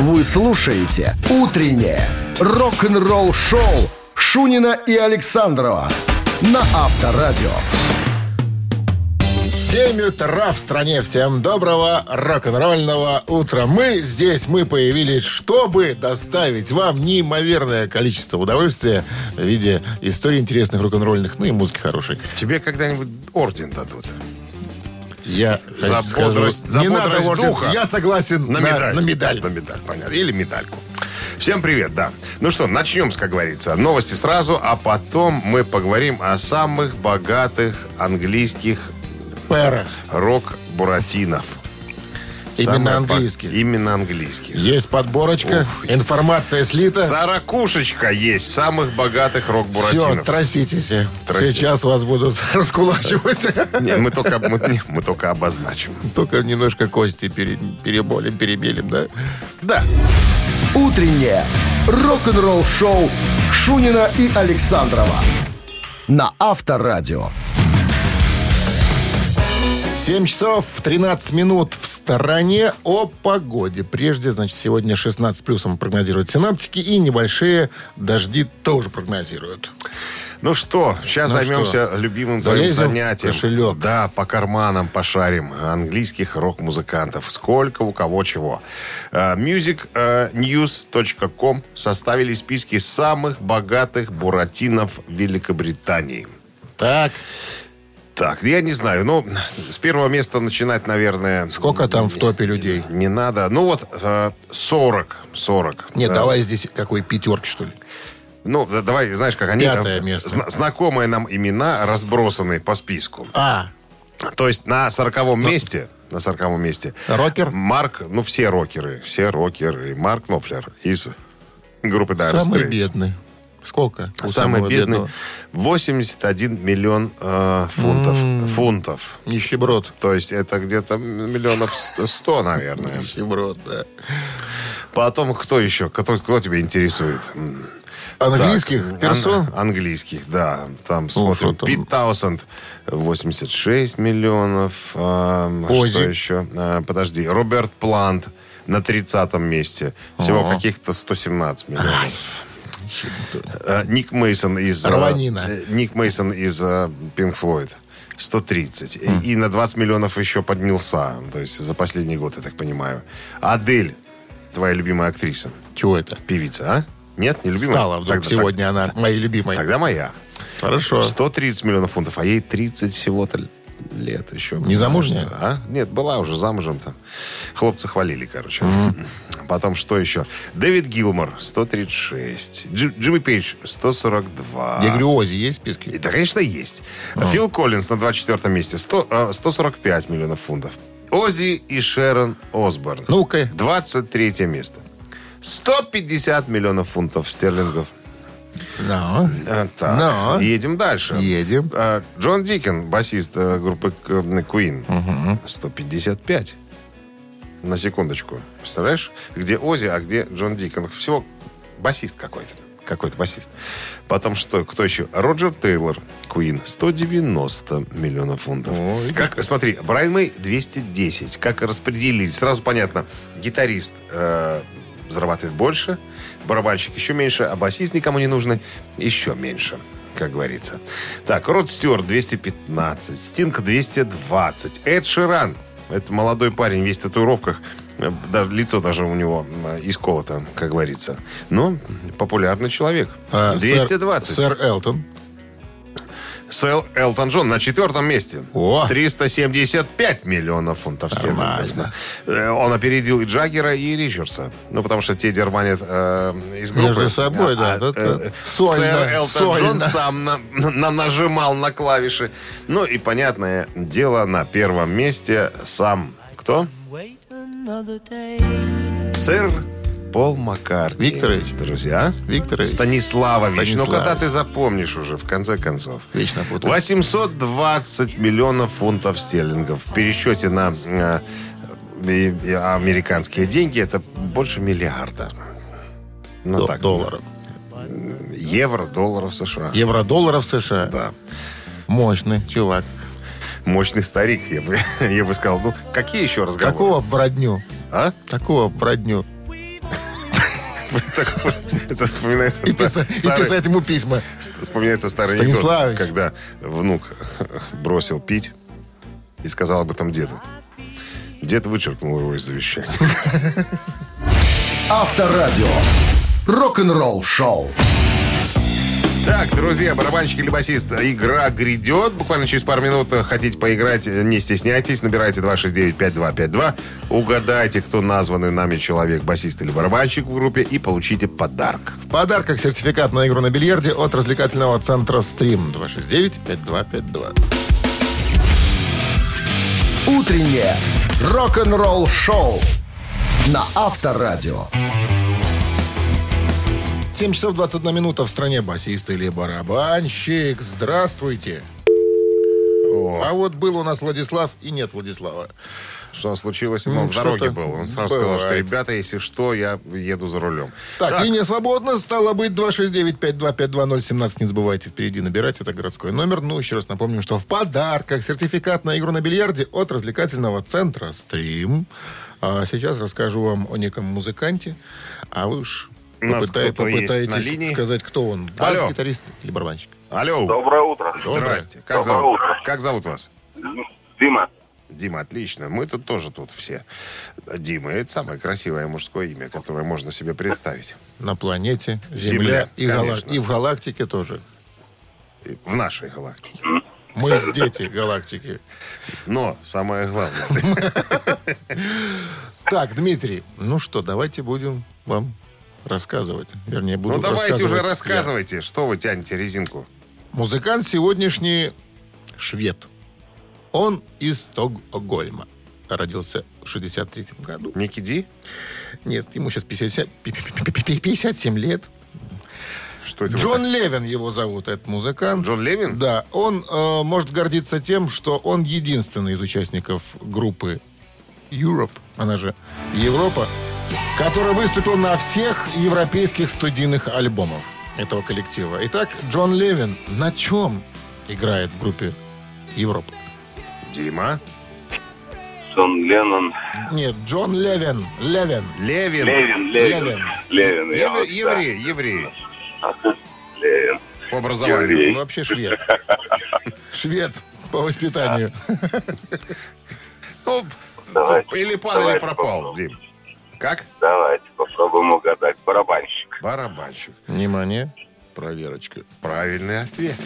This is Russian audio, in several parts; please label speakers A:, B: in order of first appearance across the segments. A: Вы слушаете «Утреннее рок-н-ролл-шоу» Шунина и Александрова на Авторадио.
B: 7 утра в стране. Всем доброго рок-н-ролльного утра. Мы здесь, мы появились, чтобы доставить вам неимоверное количество удовольствия в виде истории интересных рок-н-ролльных, ну и музыки хорошей.
C: Тебе когда-нибудь орден дадут.
B: Я
C: За
B: хочу сказать,
C: бодрость- за
B: не
C: бодрость
B: надо орден.
C: духа.
B: Я согласен
C: На, медаль.
B: На медаль.
C: На медаль, понятно. Или медальку. Всем привет, да. Ну что, начнем, как говорится. Новости сразу, а потом мы поговорим о самых богатых английских
B: Пэрах.
C: рок-буратинов.
B: Именно
C: Самые бо-
B: английских.
C: Именно английских.
B: Есть подборочка, информация слита.
C: Саракушечка есть самых богатых
B: Все,
C: рок-буратинов.
B: троситесь.
C: Троситесь.
B: Сейчас вас будут раскулачивать.
C: Не, мы только, мы, не, мы только обозначим.
B: Только немножко кости пере- переболим, перебелим, да?
C: Да.
A: Утреннее рок-н-ролл-шоу Шунина и Александрова на Авторадио.
B: 7 часов 13 минут в стороне о погоде. Прежде, значит, сегодня 16 плюсом прогнозируют синаптики, и небольшие дожди тоже прогнозируют.
C: Ну что, сейчас
B: Ну
C: займемся любимым
B: Залезем
C: своим
B: в
C: занятием.
B: кошелек.
C: Да, по карманам пошарим английских рок-музыкантов. Сколько у кого чего. Э, Musicnews.com составили списки самых богатых буратинов Великобритании.
B: Так,
C: Так, я не знаю, ну, с первого места начинать, наверное...
B: сколько там в топе людей?
C: Не надо. Ну вот, э, 40. 40.
B: Нет,
C: Э,
B: давай здесь какой пятерки, что ли.
C: Ну, да, давай, знаешь, как они...
B: Пятое
C: там,
B: место.
C: зна- знакомые нам имена, разбросанные по списку.
B: А,
C: То есть на сороковом месте, на сороковом месте.
B: Рокер?
C: Марк, ну все рокеры, все рокеры. Марк Нофлер из группы Dire
B: самый
C: Straits.
B: бедный. Сколько? у
C: А Самый
B: самого
C: бедный.
B: бедного?
C: 81 миллион э, фунтов. Фунтов.
B: Нищеброд.
C: То есть это где-то миллионов с- сто, наверное.
B: Нищеброд, да.
C: Потом кто еще? Кто, кто тебя интересует? М.
B: А Английских
C: Так,
B: персон?
C: ан- английских, да. Там смотрим.
B: что там?
C: Пит Таусенд 86 миллионов. Эм,
B: Оззи.
C: Что еще? Э, Подожди. Роберт Плант на 30 месте. Всего
B: О.
C: каких-то 117 миллионов. Э, Ник Мейсон из... э,
B: Рванина.
C: э, Ник Мейсон из а, Пинк Флойд. 130. И- И, на 20 миллионов еще поднялся. То есть за последний год, я так понимаю. Адель, твоя любимая актриса,
B: Чего это?
C: певица, а? Нет, не любимая?
B: Стала вдруг
C: Тогда-
B: сегодня она моей любимой.
C: так- тогда моя.
B: Хорошо.
C: 130 миллионов фунтов, а ей 30 всего-то л- лет еще.
B: Не замужняя?
C: А? Нет, была уже замужем там. Хлопцы хвалили, короче. Потом что еще? Дэвид Гилмор, 136. Джи- Джимми Пейдж, 142.
B: Я говорю, А. Ози есть в
C: И
B: списке?
C: Да, конечно, есть. Фил Коллинз на 24 месте. 100, э, 145 миллионов фунтов. Ози и Шерон Осборн.
B: Ну-ка.
C: 23 место. 150 миллионов фунтов стерлингов.
B: Да.
C: Э, Так,
B: Но.
C: едем дальше.
B: Едем.
C: Э, Джон Дикин, басист э, группы К- Queen. 155. На секундочку. Представляешь? Где Ози, а где Джон Дикон. Всего басист какой-то. Какой-то басист. Потом что? Кто еще? Роджер Тейлор, Куин. 190 миллионов фунтов. Как, смотри, Брайан Мэй 210. Как распределили? Сразу понятно. Гитарист э, зарабатывает больше, барабанщик еще меньше, а басист никому не нужный еще меньше как говорится. Так, Род Стюарт 215, Стинг 220, Эд Ширан. Это молодой парень, весь в татуировках. э, даже- лицо даже у него э, исколото, как говорится. Но популярный человек.
B: А,
C: 220.
B: Сэр, сэр Элтон.
C: Сэл Элтон Джон на четвертом месте.
B: О!
C: 375 миллионов фунтов стерлингов.
B: Нормально.
C: Э, Он опередил и Джаггера, и Ричардса. Ну, потому что те дерманят э, из группы. А,
B: Между собой, да, тут, э, сольно,
C: сэр Элтон
B: сольно.
C: Джон сам на, на- нажимал на клавиши. Ну и, понятное дело, на первом месте сам кто? Сэр Пол Маккартни.
B: Викторович.
C: Друзья.
B: Викторович.
C: Станиславович.
B: Станиславович.
C: Ну, когда ты запомнишь уже, в конце концов.
B: Вечно путаю.
C: 820 миллионов фунтов стерлингов. В пересчете на э, э, э, американские деньги это больше миллиарда. Ну,
B: До-
C: так,
B: долларов.
C: Евро, долларов США.
B: Евро-долларов США.
C: Да.
B: Мощный чувак.
C: Мощный старик, я бы, я бы сказал. Ну, какие еще разговоры?
B: Такого в родню.
C: А?
B: Такого в родню.
C: Так, Это вспоминается
B: И,
C: ста-
B: писа- и
C: старый-
B: писать ему письма.
C: ст- вспоминается старый
B: Станиславович.
C: анекдот, когда внук бросил пить и сказал об этом деду. Дед вычеркнул его из завещания.
A: Авторадио. Рок-н-ролл шоу.
C: Так, друзья, барабанщик или басист, игра грядет. Буквально через пару минут хотите поиграть, не стесняйтесь. Набирайте 269-5252. Угадайте, кто названный нами человек, басист или барабанщик в группе, и получите подарок.
B: В подарках сертификат на игру на бильярде от развлекательного центра «Стрим» 269-5252.
A: Утреннее рок-н-ролл шоу на Авторадио.
B: 7 часов 21 минута в стране басист или барабанщик. Здравствуйте. А вот был у нас Владислав и нет Владислава.
C: Что случилось?
B: Ну,
C: Ну, в дороге
B: что-то
C: был. Он сразу сказал, что,
B: бывает.
C: ребята, если что, я еду за рулем.
B: Так, линия свободна, стало быть 269-5252017. Не забывайте впереди набирать, это городской номер. Ну, еще раз напомним, что в подарках сертификат на игру на бильярде от развлекательного центра «Стрим». А сейчас расскажу вам о неком музыканте, а вы уж
C: У нас
B: попытай-
C: кто-то есть на
B: попытаетесь
C: линии.
B: сказать, кто он.
C: Алло.
B: Бас-гитарист или барабанщик?
C: Алло.
D: Доброе утро.
C: Здрасте.
B: Доброе.
C: Как
D: Доброе
C: зовут?
D: утро.
C: Как зовут вас?
D: Дима.
C: Дима, отлично. Мы тут тоже тут все. Дима, это самое красивое мужское имя, которое можно себе представить.
B: На планете Земля,
C: Земля,
B: и, гала-
C: конечно.
B: и в галактике тоже.
C: И В нашей галактике.
B: Мы дети галактики.
C: Но самое главное,
B: Так, Дмитрий, ну что, давайте будем вам рассказывать. Вернее, буду
C: Ну давайте
B: рассказывать
C: уже
B: я.
C: рассказывайте, что вы тянете резинку.
B: Музыкант сегодняшний швед. Он из Стокгольма. Родился в 63 году.
C: Ники Ди?
B: Нет, ему сейчас 50, пи- пи- пи- пи- пи- 57 лет.
C: Что это? вы
B: Джон Левин его зовут, этот музыкант.
C: Джон Левин?
B: Да, он э, может гордиться тем, что он единственный из участников группы Europe, она же Европа, который выступил на всех европейских студийных альбомах этого коллектива. Итак, Джон Левин на чем играет в группе Европа?
C: так? Дима?
D: Джон Леннон.
B: Нет, Джон Левин, Левин.
C: Левин?
D: Левин, Левин.
B: Левин.
D: Левин.
C: Евре-
D: я вот, да.
C: еврей, еврей.
D: Левин.
C: По образованию.
D: Еврей.
B: Он вообще швед. Швед по воспитанию.
C: Ну,
D: Давайте,
C: или падал, или
D: давайте
C: пропал,
D: попробуем.
C: Дим. Как?
D: Давайте попробуем угадать. Барабанщик.
C: Барабанщик.
B: Внимание, проверочка.
C: Правильный ответ.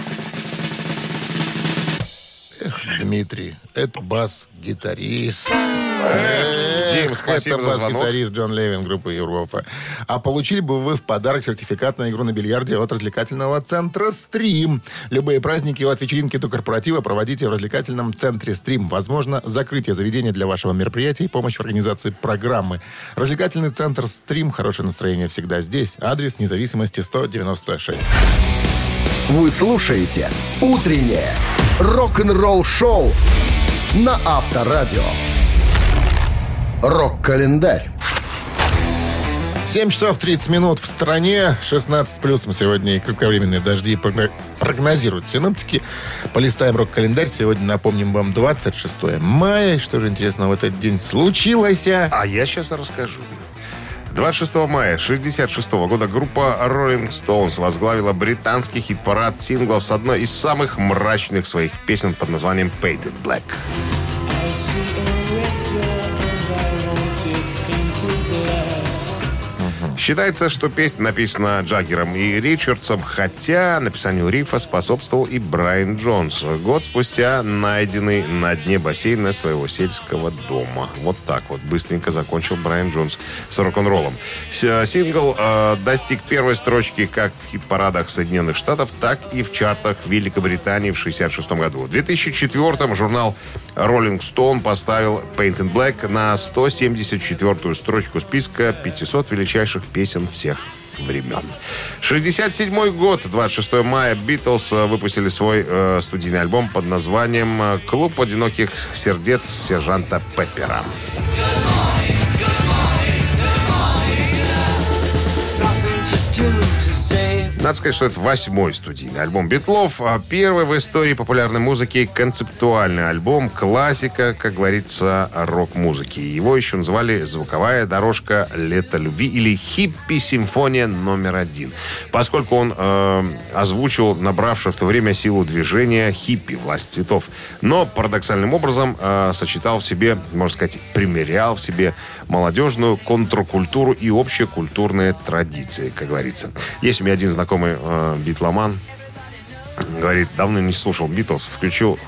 B: Дмитрий, это бас-гитарист.
C: Дим,
B: Эх,
C: спасибо
B: это
C: за звонок.
B: бас-гитарист Джон Левин группы Европа. А получили бы вы в подарок сертификат на игру на бильярде от развлекательного центра «Стрим». Любые праздники от вечеринки до корпоратива проводите в развлекательном центре «Стрим». Возможно, закрытие заведения для вашего мероприятия и помощь в организации программы. Развлекательный центр «Стрим». Хорошее настроение всегда здесь. Адрес независимости 196.
A: Вы слушаете «Утреннее рок-н-ролл-шоу» на Авторадио. Рок-календарь.
B: 7 часов 30 минут в стране, 16 плюсом сегодня и кратковременные дожди прогно- прогнозируют синоптики. Полистаем рок-календарь. Сегодня, напомним вам, 26 мая. Что же интересного в этот день случилось?
C: А я сейчас расскажу. 26 мая 66 года группа Rolling Stones возглавила британский хит-парад синглов с одной из самых мрачных своих песен под названием Painted Black. Считается, что песня написана Джаггером и Ричардсом, хотя написанию рифа способствовал и Брайан Джонс. Год спустя найденный на дне бассейна своего сельского дома. Вот так вот быстренько закончил Брайан Джонс с рок-н-роллом. С- Сингл э, достиг первой строчки как в хит-парадах Соединенных Штатов, так и в чартах Великобритании в 1966 году. В 2004 журнал Rolling Stone поставил Paint in Black на 174-ю строчку списка 500 величайших песен всех времен. 67 год, 26 мая, Битлз э, выпустили свой э, студийный альбом под названием э, «Клуб одиноких сердец сержанта Пеппера».
E: Nothing to do to save
C: Надо сказать, что это восьмой студийный альбом Битлов, а первый в истории популярной музыки концептуальный альбом, классика, как говорится, рок-музыки. Его еще называли «Звуковая дорожка лета любви» или «Хиппи-симфония номер один», поскольку он э, озвучил набравший в то время силу движения «Хиппи. Власть цветов». Но парадоксальным образом э, сочетал в себе, можно сказать, примерял в себе молодежную контркультуру и общекультурные традиции, как говорится. Есть у меня один знакомый э, битломан, говорит, давно не слушал Битлз, включил,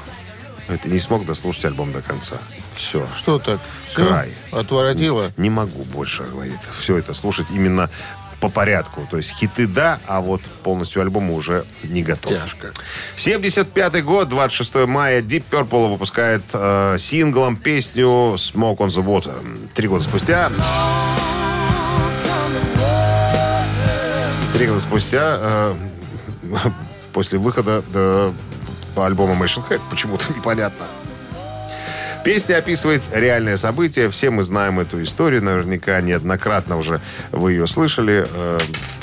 C: говорит, и не смог дослушать альбом до конца. Все,
B: Что так? Всё?
C: Край.
B: Отворотило?
C: не могу больше, говорит, все это слушать именно по порядку. То есть хиты да, а вот полностью альбому уже не готов.
B: Тяжко.
C: 75 год, 26 мая, Deep Purple выпускает э, синглом песню «Smoke on the Water». Три года спустя... Три года спустя, э, после выхода э, по альбому Machine Head, почему-то непонятно, Песня описывает реальное событие. Все мы знаем эту историю. Наверняка неоднократно уже вы ее слышали. Э,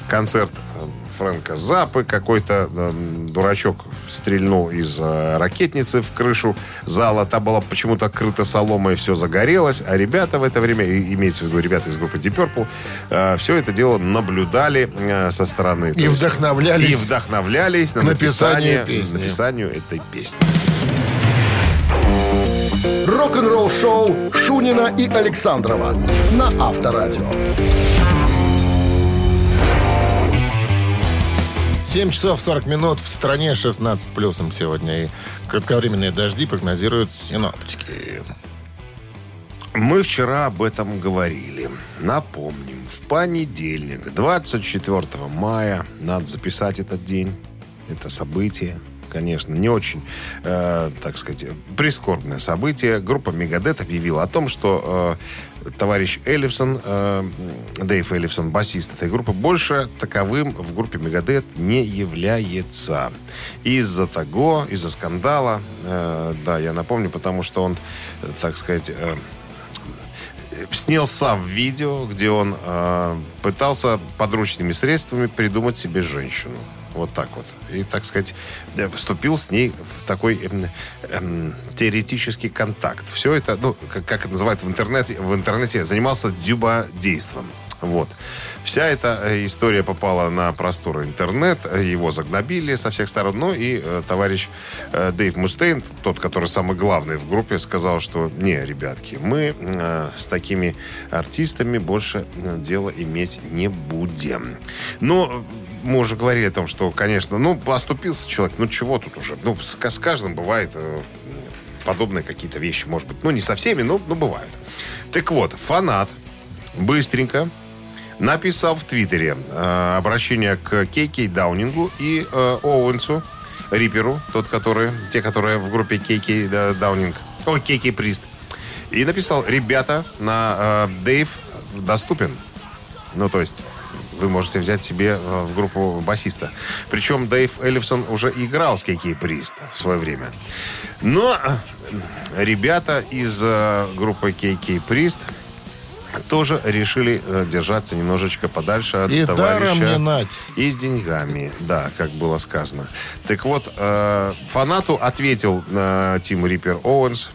C: Концерт э, Фрэнка Запы. Какой-то э, дурачок стрельнул из э, ракетницы в крышу зала. Та была почему-то крыта соломой, все загорелось. А ребята в это время, и имеется в виду ребята из группы Deep Purple, э, все это дело наблюдали э, со стороны. То есть-
B: вдохновлялись.
C: И вдохновлялись на
B: К написанию
C: написание-
B: песни.
C: написанию этой песни.
A: Рок-н-ролл-шоу Шунина и Александрова на Авторадио.
B: 7 часов 40 минут в стране 16 с плюсом сегодня. И кратковременные дожди прогнозируют синоптики.
C: Мы вчера об этом говорили. Напомним, в понедельник, 24 мая, надо записать этот день, это событие, конечно, не очень, э, так сказать, прискорбное событие. Группа Мегадет объявила о том, что э, товарищ Эллифсон, э, Дэйв Эллифсон, басист этой группы, больше таковым в группе Мегадет не является. Из-за того, из-за скандала, э, да, я напомню, потому что он, э, так сказать, э, снял сам видео, где он э, пытался подручными средствами придумать себе женщину. Вот так вот. И, так сказать, э, вступил с ней в такой эм, эм, теоретический контакт. Все это, ну, как, как это называют в интернете, в интернете занимался дюбодейством. Вот. Вся эта э, история попала на просторы интернет, э, его загнобили со всех сторон. Ну и э, товарищ э, Дэйв Мустейн, тот, который самый главный в группе, сказал, что не, ребятки, мы э, с такими артистами больше э, дела иметь не будем. Но э, мы уже говорили о том, что, конечно, ну, оступился человек, ну, чего тут уже? Ну, с, с каждым бывает э, подобные какие-то вещи, может быть. Ну, не со всеми, но, но бывают. Так вот, фанат быстренько написал в Твиттере э, обращение к Кейке Даунингу и э, Оуэнсу, Риперу, тот, который, те, которые в группе Кейки да, Даунинг, о, Кейки Прист. И написал, ребята, на э, Дэйв доступен. Ну, то есть вы можете взять себе э, в группу басиста. Причем Дэйв Эллифсон уже играл с Кейки Прист в свое время. Но э, ребята из э, группы Кейки Прист тоже решили э, держаться немножечко подальше от
B: И
C: товарища.
B: даром не нать.
C: И с деньгами, да, как было сказано. Так вот, э, фанату ответил э, Тим Риппер Оуэнс.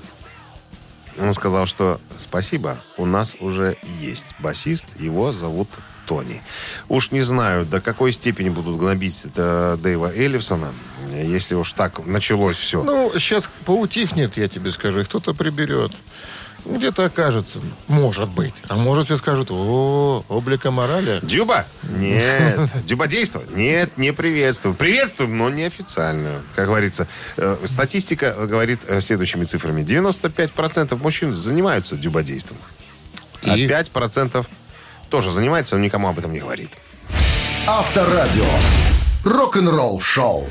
C: Он сказал, что спасибо, у нас уже есть басист, его зовут Тони. Уж не знаю, до какой степени будут гнобить э, Дэйва Эллифсона, если уж так началось все.
B: Ну, сейчас поутихнет, я тебе скажу, и кто-то приберет. Где-то окажется. Может быть. А может, все скажут, о, облика морали.
C: Дюба? Нет. Дюбодейство? Нет, не приветствуем. Приветствуем, но неофициально. Как говорится, э, статистика говорит э, следующими цифрами. 95% мужчин занимаются дюбодейством. А
B: И?
C: 5% тоже занимается, но никому об этом не говорит.
A: Авторадио. Рок-н-ролл-шоу.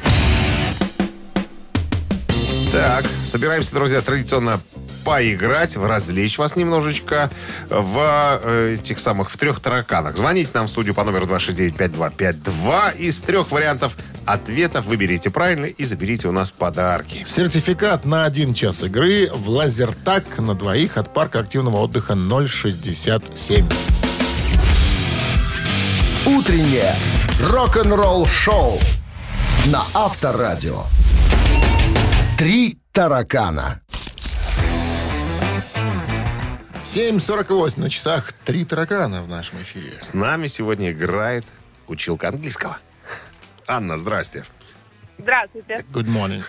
C: Так, собираемся, друзья, традиционно поиграть, развлечь вас немножечко в э, этих самых, в трех тараканах. Звоните нам в студию по номеру 269-5252. Из трех вариантов ответов выберите правильно и заберите у нас подарки.
B: Сертификат на один час игры в лазертак на двоих от парка активного отдыха 067.
A: Утреннее Рок-н-ролл шоу на Авторадио. Три таракана.
B: 7.48 на часах. Три таракана в нашем эфире.
C: С нами сегодня играет училка английского. Анна, здрасте.
E: Здравствуйте.
B: Good morning.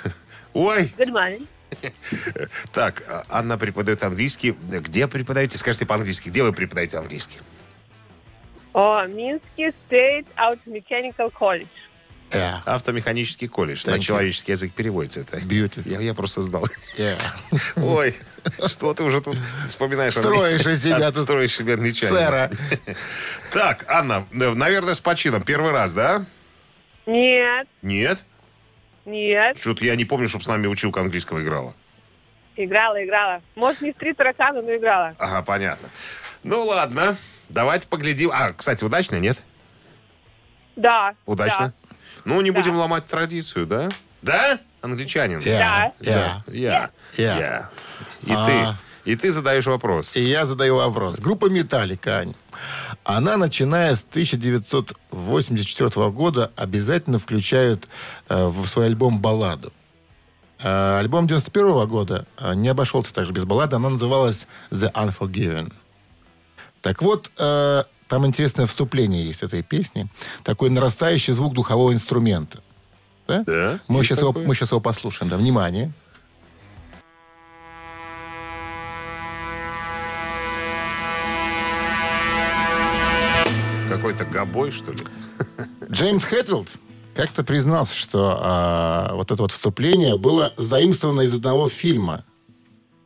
C: Ой,
E: Good morning.
C: так, а, Анна преподает английский. Где преподаете? Скажите по-английски, где вы преподаете английский?
E: О, Минский State Auto Mechanical College.
B: Yeah.
C: Автомеханический колледж.
B: Thank
C: На
B: you.
C: человеческий язык переводится это.
B: Beautiful.
C: Я, я просто знал.
B: Yeah.
C: Ой, что ты уже тут вспоминаешь?
B: Строишь
C: Андрей?
B: из себя тут
C: Строишь себя англичанина.
B: сэра.
C: Так, Анна, э, наверное, с почином. Первый раз, да?
E: Нет,
C: Нет?
E: нет.
C: Что-то я не помню, чтобы с нами училка английского играла.
E: Играла, играла. Может, не в три таракана, но играла.
C: Ага, понятно. Ну ладно, давайте поглядим. А, кстати, удачно, нет?
E: Да.
C: Удачно? Ну, не
E: Да.
C: будем ломать традицию, да? Да? Англичанин.
B: Yeah. Yeah.
C: Да. Я.
B: Я.
C: Я. И
B: А.
C: ты. И ты задаешь вопрос.
B: И я задаю вопрос. Группа «Металлика», Ань, она, начиная с 1984 года, обязательно включает э, в свой альбом балладу. Э, альбом 91 года э, не обошелся также без баллады. Она называлась «The Unforgiven». Так вот, э, там интересное вступление есть этой песни. Такой нарастающий звук духового инструмента. Да?
C: Да,
B: Мы,
C: есть
B: сейчас его,
C: такое.
B: мы сейчас его послушаем. Да, внимание.
C: Какой-то гобой, что ли?
B: Джеймс Хэтфилд как-то признался, что а, вот это вот вступление было заимствовано из одного фильма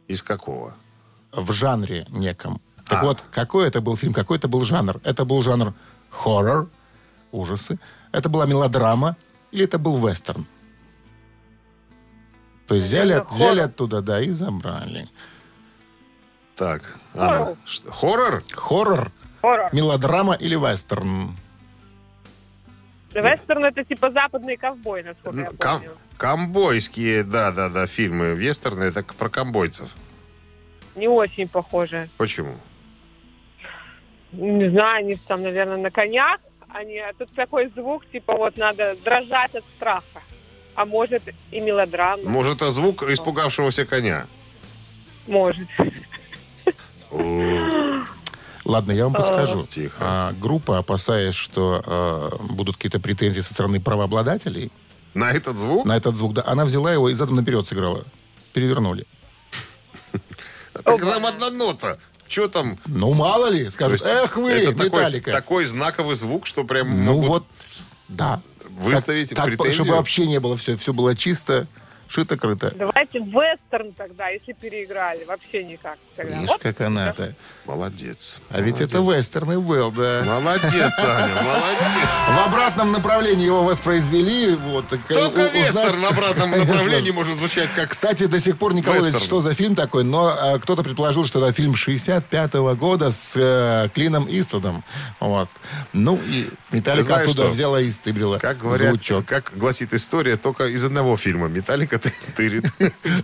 C: Из какого?
B: в жанре неком. Так вот, какой это был фильм, какой это был жанр? Это был жанр хоррор, ужасы, это была мелодрама или это был вестерн? То есть взяли, от- взяли
E: хоррор.
B: оттуда, да, и забрали.
C: Так, Анна. что- Хоррор?
B: Хоррор,
E: Да. Хоррор.
B: мелодрама или вестерн?
E: Вестерн это типа западный ковбой, насколько я
C: Ну, кам-
E: помню.
C: Камбойские, да-да-да, фильмы вестерны, это к- про камбойцев.
E: Не очень похоже.
C: Почему?
E: Не знаю, они же там, наверное, на конях. Они... а Тут такой звук, типа вот надо дрожать от страха. А может и мелодрама.
C: Может, это звук испугавшегося коня?
E: Может.
C: О,
B: Ладно, я вам подскажу.
C: Тихо.
B: А, группа, опасаясь, что а, будут какие-то претензии со стороны правообладателей,
C: На этот звук?
B: на этот звук. Да, она взяла его и задом наперед сыграла. Перевернули.
C: Так там одна нота. Что там?
B: Ну, мало ли, скажут,
C: То есть
B: эх вы,
C: это такой-
B: Металлика.
C: Такой, знаковый звук, что прям
B: ну
C: могут-
B: вот, да.
C: выставить
B: так, так,
C: претензию?
B: чтобы вообще не было все, все было чисто, шито-крыто.
E: Давайте вестерн тогда, если переиграли. Вообще никак. Тогда.
B: Видишь,
E: Вот
B: как она-то.
C: Молодец.
B: А ведь это
C: молодец.
B: вестерн и был, да.
C: Молодец, Аня, молодец.
B: В обратном направлении его воспроизвели. Вот, так,
C: Только
B: у- узнать-
C: вестерн в обратном
B: Конечно.
C: направлении может звучать как...
B: Э, Кстати, до сих пор не колодец,
C: Вестерн.
B: что за фильм такой, но а, кто-то предположил, что это фильм 65-го года с э, Клином Иствудом. Вот. Ну, и Металлика
C: знаешь,
B: оттуда
C: что?
B: взяла и стыбрила
C: Как говорят,
B: звучок.
C: как гласит история, только из одного фильма «Металлика» ты- тырит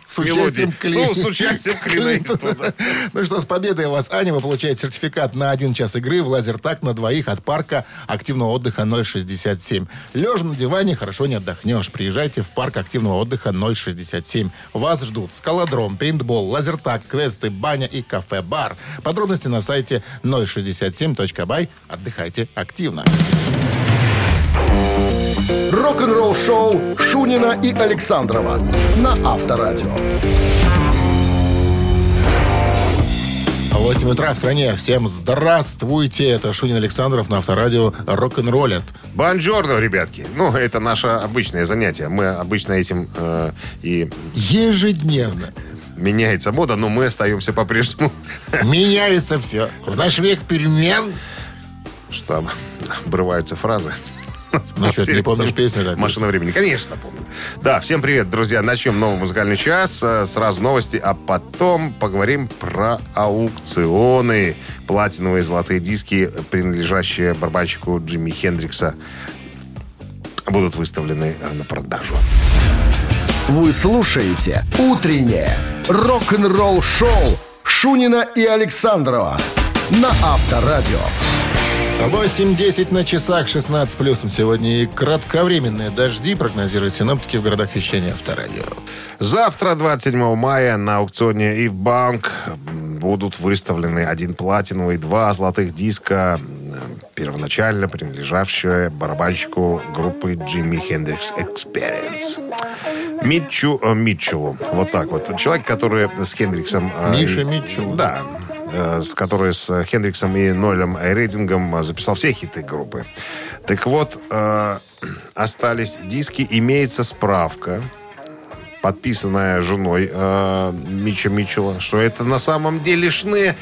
B: С участием Клина.
C: Клина. С участием Клина Иствуда.
B: Ну что, с победой вас, Аня, вы получаете сертификат на один час игры в лазертак на двоих от парка активного отдыха 067. Лежа на диване хорошо не отдохнешь. Приезжайте в парк активного отдыха 067. Вас ждут скалодром, пейнтбол, лазертак, квесты, баня и кафе-бар. Подробности на сайте 067.бай. Отдыхайте активно.
A: Рок-н-ролл шоу Шунина и Александрова на Авторадио.
B: 8 утра в стране. Всем здравствуйте. Это Шунин Александров на Авторадио Рок-н-роллит.
C: Бонжорно, ребятки. Ну, это наше обычное занятие. Мы обычно этим э, и
B: Ежедневно.
C: меняется мода, но мы остаемся по-прежнему
B: Меняется все. В наш век перемен.
C: что там обрываются фразы.
B: Ну что, ты не помнишь песню такую?
C: Машина времени. Конечно, помню. Да, всем привет, друзья. Начнем новый музыкальный час. Э, Сразу новости, а потом поговорим про аукционы. Платиновые золотые диски, принадлежащие барабанщику Джимми Хендрикса, будут выставлены э, на продажу.
A: Вы слушаете «Утреннее рок-н-ролл-шоу» Шунина и Александрова на Авторадио.
B: 8.10 на часах, 16 плюсом сегодня. И кратковременные дожди прогнозируют синоптики в городах вещания авторадио.
C: Завтра, 27 мая, на аукционе «Ивбанк» будут выставлены один платиновый, два золотых диска, м, первоначально принадлежавшие барабанщику группы Джимми Хендрикс Экспириенс. Митчу э, Митчеллу. Вот так вот. Человек, который с Хендриксом... э,
B: Миша Митчелл.
C: Да. э, с который с Хендриксом и Нолем Рейдингом э, записал все хиты группы. Так вот, э, остались диски, имеется справка, подписанная женой э, Митча Митчелла, что это на самом деле шные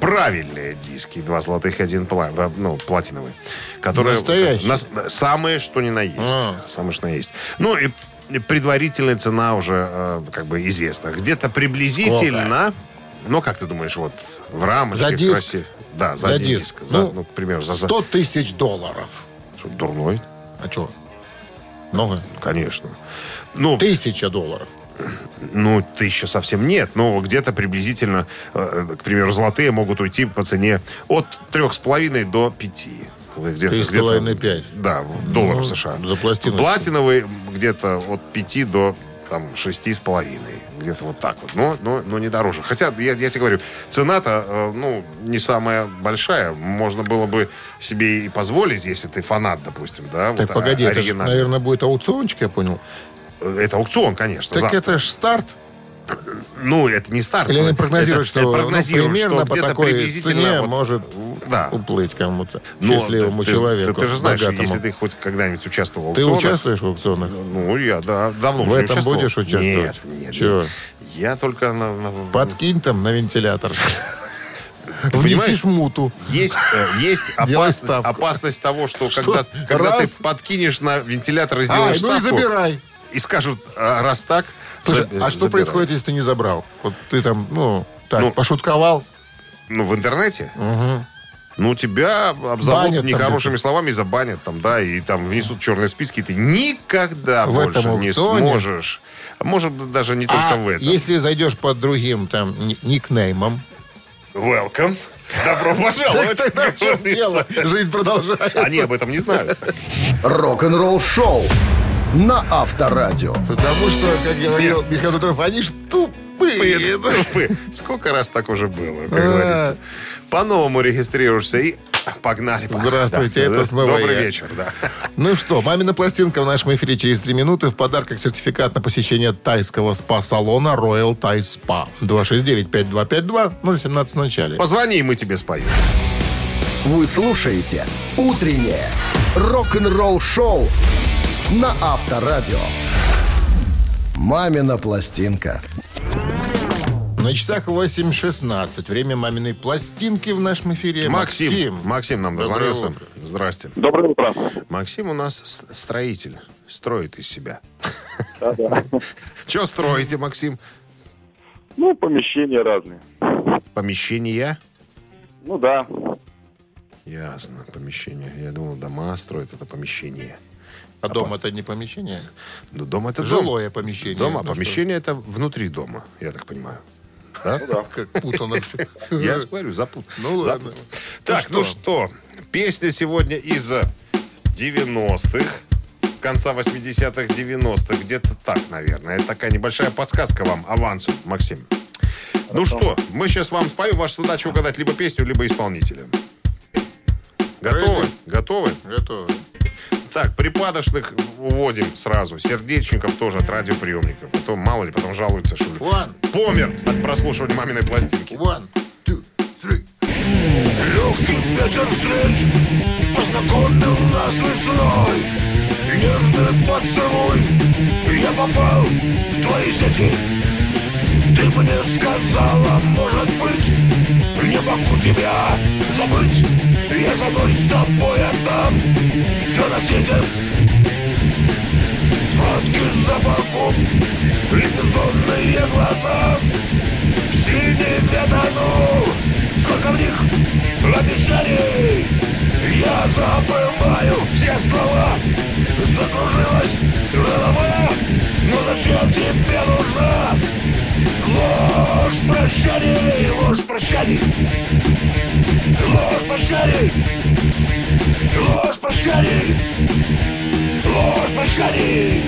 C: правильные диски. Два золотых и один пла- э, ну, платиновый. Которые
B: Настоящие.
C: нас- самые, что ни на есть.
B: А.
C: Самое, что ни на есть. Ну, и предварительная цена уже э, как бы известна. Где-то приблизительно... Ну, как ты думаешь, вот в рамочке...
B: За диск?
C: красе- Да, за,
B: За
C: один
B: диск.
C: диск. За,
B: Ну,
C: ну, к примеру, за... за-
B: 100 тысяч долларов.
C: Что, дурной?
B: А что? Много?
C: Конечно. Ну,
B: Тысяча долларов.
C: Ну, тысяча совсем нет, но где-то приблизительно, э, к примеру, золотые могут уйти по цене от трех с половиной до пяти. Вот где-то-
B: Три с
C: где-то-
B: половиной, пять.
C: Да, в- долларов
B: Ну,
C: США.
B: за пластиночку.
C: Платиновый где-то от пяти до там шести с половиной. Где-то вот так вот. Но, но, но не дороже. Хотя, я, я тебе говорю, цена-то, э, ну, не самая большая. Можно было бы себе и позволить, если ты фанат, допустим, да?
B: Так,
C: вот, а-
B: погоди, это же,
C: оригинальный.
B: наверное, будет аукциончик, я понял.
C: Э, Это аукцион, конечно.
B: Так
C: завтра.
B: это же старт.
C: Ну, это не старт.
B: Или
C: но
B: они прогнозируют, что,
C: это- это
B: ну,
C: прогнозируют,
B: примерно
C: что
B: по
C: где-то
B: такой
C: приблизительно
B: цене
C: вот-
B: может
C: да.
B: уплыть кому-то,
C: Ну,
B: счастливому
C: ты- ты-
B: человеку,
C: Ты, же знаешь,
B: богатому.
C: если ты хоть когда-нибудь участвовал в
B: Ты
C: аукционах-
B: участвуешь в аукционах?
C: Ну, я, да, давно
B: В
C: уже не
B: этом
C: участвовал.
B: будешь участвовать?
C: Нет, нет.
B: Чего?
C: нет. Я только на... на-
B: Подкинь там на вентилятор. Внеси
C: понимаешь?
B: смуту.
C: Есть, э, есть
B: Делай
C: опасность,
B: ставку.
C: опасность того, что,
B: Что?
C: когда, когда
B: Раз?
C: ты подкинешь на вентилятор и
B: А,
C: сделаешь
B: ну и
C: ставку,
B: забирай.
C: и скажут, а, раз так,
B: Слушай,
C: заб-
B: а что
C: забирай.
B: происходит, если ты не забрал? Вот ты там, ну, так,
C: Ну,
B: пошутковал.
C: Ну, в интернете? Ну, тебя обзовут
B: Банят там
C: нехорошими словами, забанят там, да, и там внесут черные списки, и ты никогда
B: В
C: больше
B: этом
C: не
B: аукционе?
C: сможешь. А Может, быть, даже не только
B: А
C: в этом.
B: если зайдешь под другим там ни- никнеймом,
C: Welcome. Добро
B: так
C: пожаловать.
B: тогда в чем
C: А говорится. А
B: дело? Жизнь продолжается.
C: Они об этом не знают.
A: Рок-н-ролл-шоу на Авторадио.
B: Потому что, как говорил Михаил Петров, они ж тупые.
C: Тупые. Сколько раз так уже было, как
B: А.
C: говорится. По-новому регистрируешься и погнали.
B: Здравствуйте, это снова
C: Добрый
B: я.
C: вечер, да.
B: Ну что, «Мамина пластинка» в нашем эфире через 3 минуты. В подарках сертификат на посещение тайского спа-салона Royal Thai Spa. 269-5252, 017 в начале.
C: Позвони, и мы тебе споем.
A: Вы слушаете «Утреннее рок-н-ролл-шоу» на Авторадио. «Мамина пластинка».
B: На часах 8.16. Время «Маминой пластинки» в нашем эфире.
C: Максим. Максим нам
B: Доброе
C: дозвонился.
B: утро.
C: Здрасте.
F: Доброе утро.
C: Максим у нас с- строитель. Строит из себя. Что строите, Максим?
F: Ну, помещения разные.
C: Помещение?
F: Ну да.
C: Ясно, помещение. Я думал, дома строят, это помещение.
B: А дом это не помещение?
C: Ну, дом это дом.
B: Жилое помещение.
C: Дома.
B: Ну,
C: Помещение это внутри дома, я так понимаю. Да?
B: что, Как путано все.
C: Я говорю, запут.
B: Ну, ладно.
C: запутал. Так,
B: Ну
C: ну что, песня сегодня из 90-х, конца 80-х, 90-х, где-то так, наверное. Это такая небольшая подсказка вам, авансом, Максим. Ну что, мы сейчас вам споем. Ваша задача угадать либо песню, либо исполнителя. Готовы? Готовы?
B: Готово.
C: Так, припадочных уводим сразу. Сердечников тоже от радиоприемников. А то, мало ли, потом жалуются, что ли.
B: One,
C: Помер от прослушивания маминой пластинки.
B: one, two, three.
G: Легкий ветер встреч Познакомил нас с весной Нежный поцелуй Я попал в твои сети Ты мне сказала, может быть Не могу тебя забыть Я за ночь с тобой отдам Все на свете Сладкий запах губ И бездонные глаза синеве тону ну, Сколько в них обещаний Я забываю все слова Закружилась голова Но зачем тебе нужна Ложь прощаний Ложь прощаний Ложь прощаний прощаний, ложь прощаний.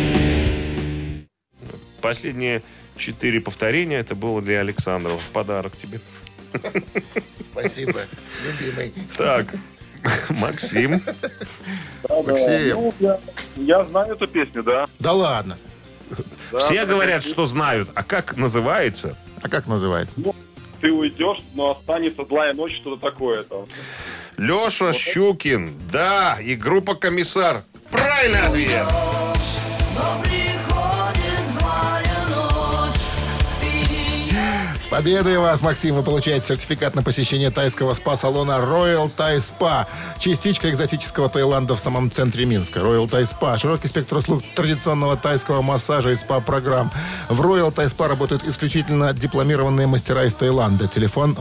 H: Последние четыре повторения это было для Александрова. Подарок тебе.
B: Спасибо, любимый.
H: Так, Максим.
B: Алексеев.
F: Ну, я, я знаю эту песню, да.
B: Да ладно.
F: Да,
H: Все
F: да.
H: говорят, что знают. А как называется?
B: А как называется?
F: Ты уйдешь, но останется злая ночь, что-то такое там.
C: Леша Щукин. Да, и группа «Комиссар». Правильный ответ.
I: Но приходит злая ночь, и
B: С победой вас, Максим! Вы получаете сертификат на посещение тайского спа-салона Royal Thai Spa. Частичка экзотического Таиланда в самом центре Минска. Royal Thai Spa. Широкий спектр услуг традиционного тайского массажа и спа-программ. В Royal Thai Spa работают исключительно дипломированные мастера из Таиланда. Телефон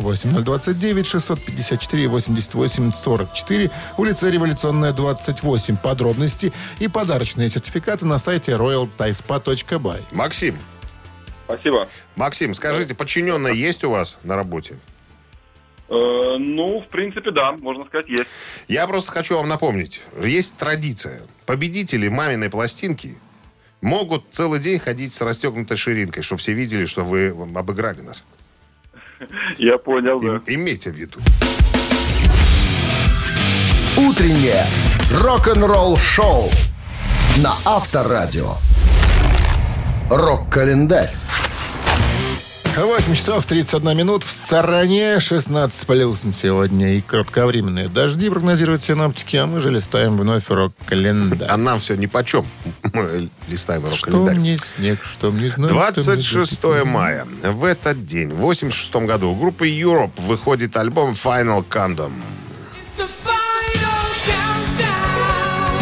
B: 8029-654-88-44. Улица Революционная, 28. Подробности и подарочные сертификаты на сайте royalthaispa.by.
C: Максим,
F: Спасибо.
C: Максим, скажите, подчиненная есть у вас на работе?
F: Э, ну, в принципе, да, можно сказать, есть.
C: Я просто хочу вам напомнить. Есть традиция. Победители маминой пластинки могут целый день ходить с расстегнутой ширинкой, чтобы все видели, что вы обыграли нас.
F: Я понял, да.
C: Им- имейте в виду.
A: Утреннее рок-н-ролл-шоу на Авторадио. Рок-календарь.
B: 8 часов 31 минут. В стороне 16 с плюсом сегодня и кратковременные дожди прогнозируют синоптики, а мы же листаем вновь
C: А
B: рок-календарь.
C: нам все нипочем. Мы листаем
B: Что
C: рок-календарь.
B: мне снег, что мне знать.
C: 26 мая. В этот день, в 86 году, у группы Europe выходит альбом Final Condom.
I: It's the final countdown.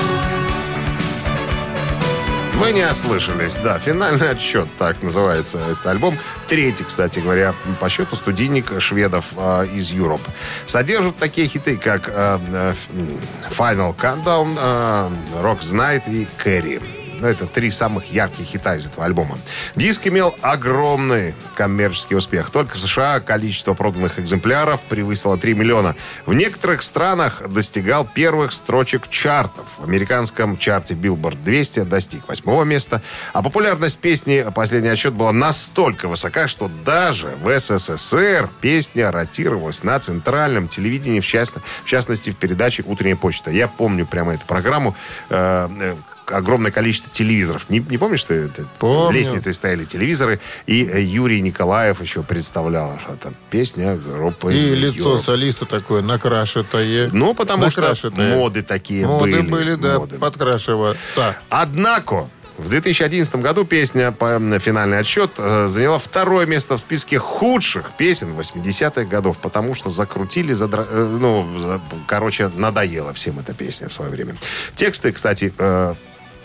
C: Вы не ослышались, да, финальный отсчет, так называется этот альбом. Третий, кстати говоря, по счету студийник шведов э, из Европ. Содержит такие хиты, как э, э, ф- м, Final Countdown, э, Rock Night и Carry. Ну, это три самых ярких хита из этого альбома. Диск имел огромный коммерческий успех. Только в США количество проданных экземпляров превысило 3 миллиона. В некоторых странах достигал первых строчек чартов. В американском чарте Billboard 200 достиг восьмого места. А популярность песни «Последний отсчет» была настолько высока, что даже в СССР песня ротировалась на центральном телевидении, в, част- в частности, в передаче «Утренняя почта». Я помню прямо эту программу. э, э, огромное количество телевизоров. Не, не помнишь, что это?
B: Помню.
C: Лестницей стояли телевизоры, и э, Юрий Николаев еще представлял, что там песня группы
B: И лицо
C: Europe.
B: солиста такое накрашитое.
C: Ну, потому что
B: Накрашенное.
C: моды такие были.
B: Моды были, да,
C: Моды.
B: подкрашиваться.
C: Однако, в 2011 году песня по м, финальный отсчет э, заняла второе место в списке худших песен 80-х годов, потому что закрутили, задра- э, ну, за- короче, надоела всем эта песня в свое время. Тексты, кстати, э,